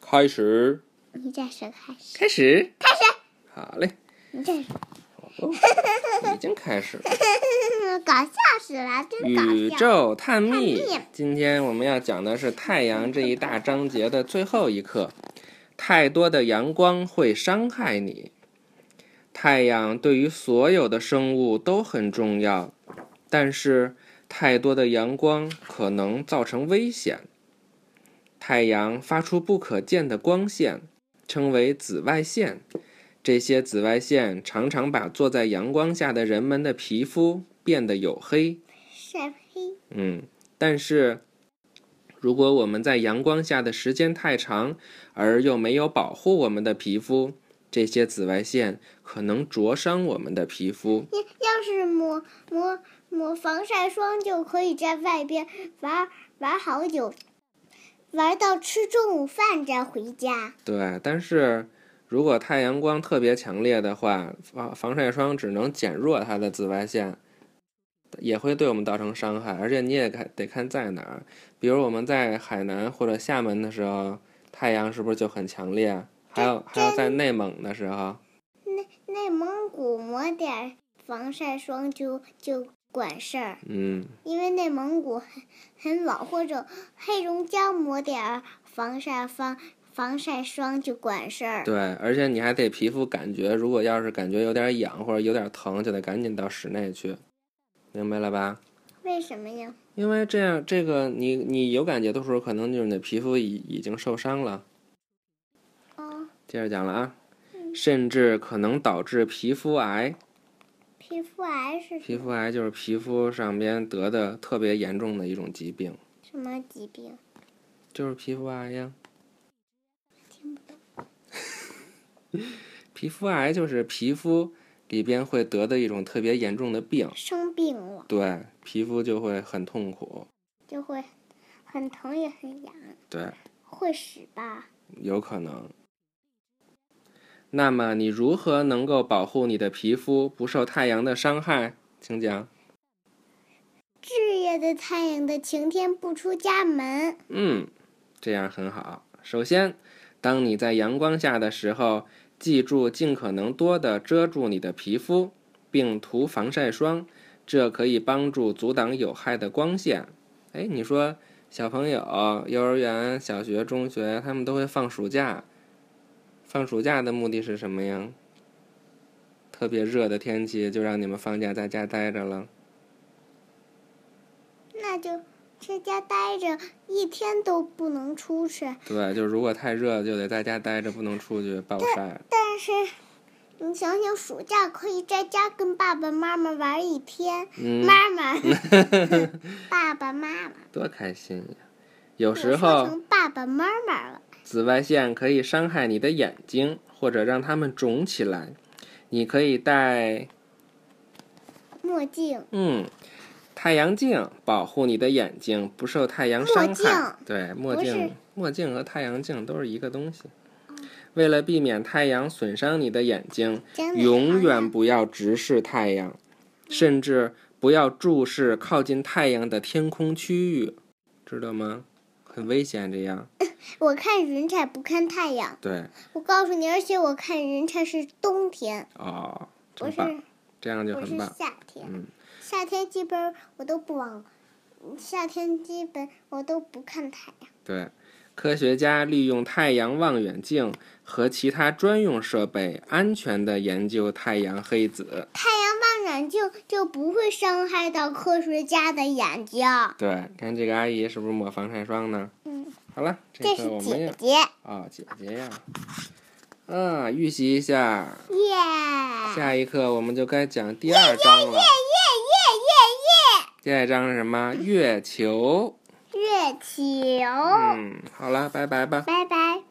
开始，你再说开始，开始，开始。好嘞，你再说， 已经开始了。搞笑死了，真宇搞笑。宙探秘探秘。今天我们要讲的是太阳这一大章节的最后一课。太多的阳光会伤害你。太阳对于所有的生物都很重要，但是太多的阳光可能造成危险。太阳发出不可见的光线，称为紫外线。这些紫外线常常把坐在阳光下的人们的皮肤变得黝黑。晒黑，嗯，但是如果我们在阳光下的时间太长，而又没有保护我们的皮肤，这些紫外线可能灼伤我们的皮肤。要要是抹抹抹防晒霜就可以在外边玩玩好久，玩到吃中午饭再回家。对，但是如果太阳光特别强烈的话，防防晒霜只能减弱它的紫外线，也会对我们造成伤害。而且你也看得看在哪儿，比如我们在海南或者厦门的时候，太阳是不是就很强烈？还有还有在内蒙的时候。内内蒙古抹点儿防晒霜就就管事儿，嗯，因为内蒙古很很冷，或者黑龙江抹点儿防晒霜防晒霜就管事儿。对，而且你还得皮肤感觉，如果要是感觉有点痒或者有点疼，就得赶紧到室内去，明白了吧？为什么呀？因为这样，这个你你有感觉的时候，可能就是你的皮肤已已经受伤了。哦，接着讲了啊，甚至可能导致皮肤癌。皮肤癌是皮肤癌就是皮肤上边得的特别严重的一种疾病，什么疾病？就是皮肤癌呀。听不懂。皮肤癌就是皮肤里边会得的一种特别严重的病，生病了对，皮肤就会很痛苦。就会很疼也很痒，对，会死吧？有可能。那么你如何能够保护你的皮肤不受太阳的伤害？请讲。炙热的太阳的晴天不出家门，嗯，这样很好。首先，当你在阳光下的时候，记住尽可能多的遮住你的皮肤，并涂防晒霜，这可以帮助阻挡有害的光线。哎，你说小朋友、幼儿园、小学、中学，他们都会放暑假。放暑假的目的是什么呀？特别热的天气就让你们放假在家待着了。那就在家待着，一天都不能出去。对，就如果太热，就得在家待着，不能出去暴晒。但是，你想想，暑假可以在家跟爸爸妈妈玩一天，嗯。妈妈，爸爸妈妈，多开心呀！有我时说候成爸爸妈妈了。紫外线可以伤害你的眼睛，或者让它们肿起来。你可以戴墨镜，嗯太阳镜保护你的眼睛不受太阳伤害墨镜。对，墨不是哦镜、墨镜和太阳镜都是一个东西。为了避免太阳损伤你的眼睛，真的永好嗯远像不要直视太阳，甚至不要注视靠近太阳的天空区域，知道吗？很危险，这样。我看云彩不看太阳。对。我告诉你，而且我看云彩是冬天，哦，不真是棒，这样就不很是棒。夏天。嗯夏天基本我都不往，夏天基本我都不看太阳。对，科学家利用太阳望远镜和其他专用设备，安全地研究太阳黑子。望远镜就不会伤害到科学家的眼睛。对，看这个阿姨是不是抹防晒霜呢？嗯，好了，这课是我们也姐姐，耶、哦，姐姐呀，啊，预习一下，耶哎下一课我们就该讲第二章了。耶第二章是什么？月球。耶耶！月球，嗯，好了，拜拜吧。拜拜。